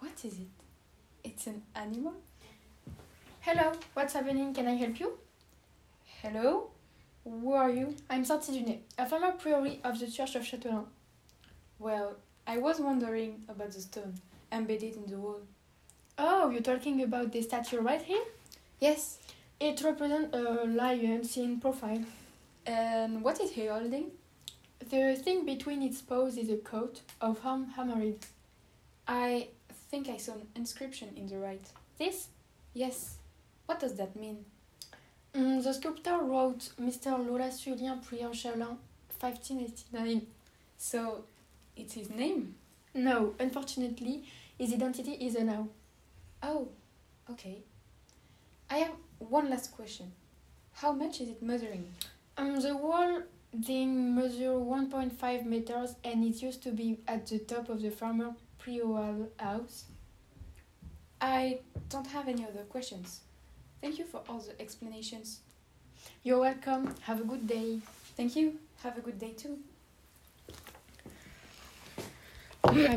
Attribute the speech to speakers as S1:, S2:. S1: What is it? It's an animal?
S2: Hello, what's happening? Can I help you?
S1: Hello? Who are you?
S2: I'm Saint-Iduné, a former priory of the Church of Châtelain.
S1: Well, I was wondering about the stone embedded in the wall.
S2: Oh, you're talking about the statue right here?
S1: Yes.
S2: It represents a lion in profile.
S1: And what is he holding?
S2: The thing between its paws is a coat of ham hammered.
S1: I think I saw an inscription in the right.
S2: This?
S1: Yes. What does that mean?
S2: Mm, the sculptor wrote Mr. Lola Julien Prieur Chalin, 1589.
S1: So, it's his name?
S2: No, unfortunately, his identity is a no.
S1: Oh, okay. I have one last question. How much is it measuring?
S2: Um, the wall thing measure 1.5 meters and it used to be at the top of the former Prior house.
S1: I don't have any other questions. Thank you for all the explanations.
S2: You're welcome. Have a good day.
S1: Thank you. Have a good day too.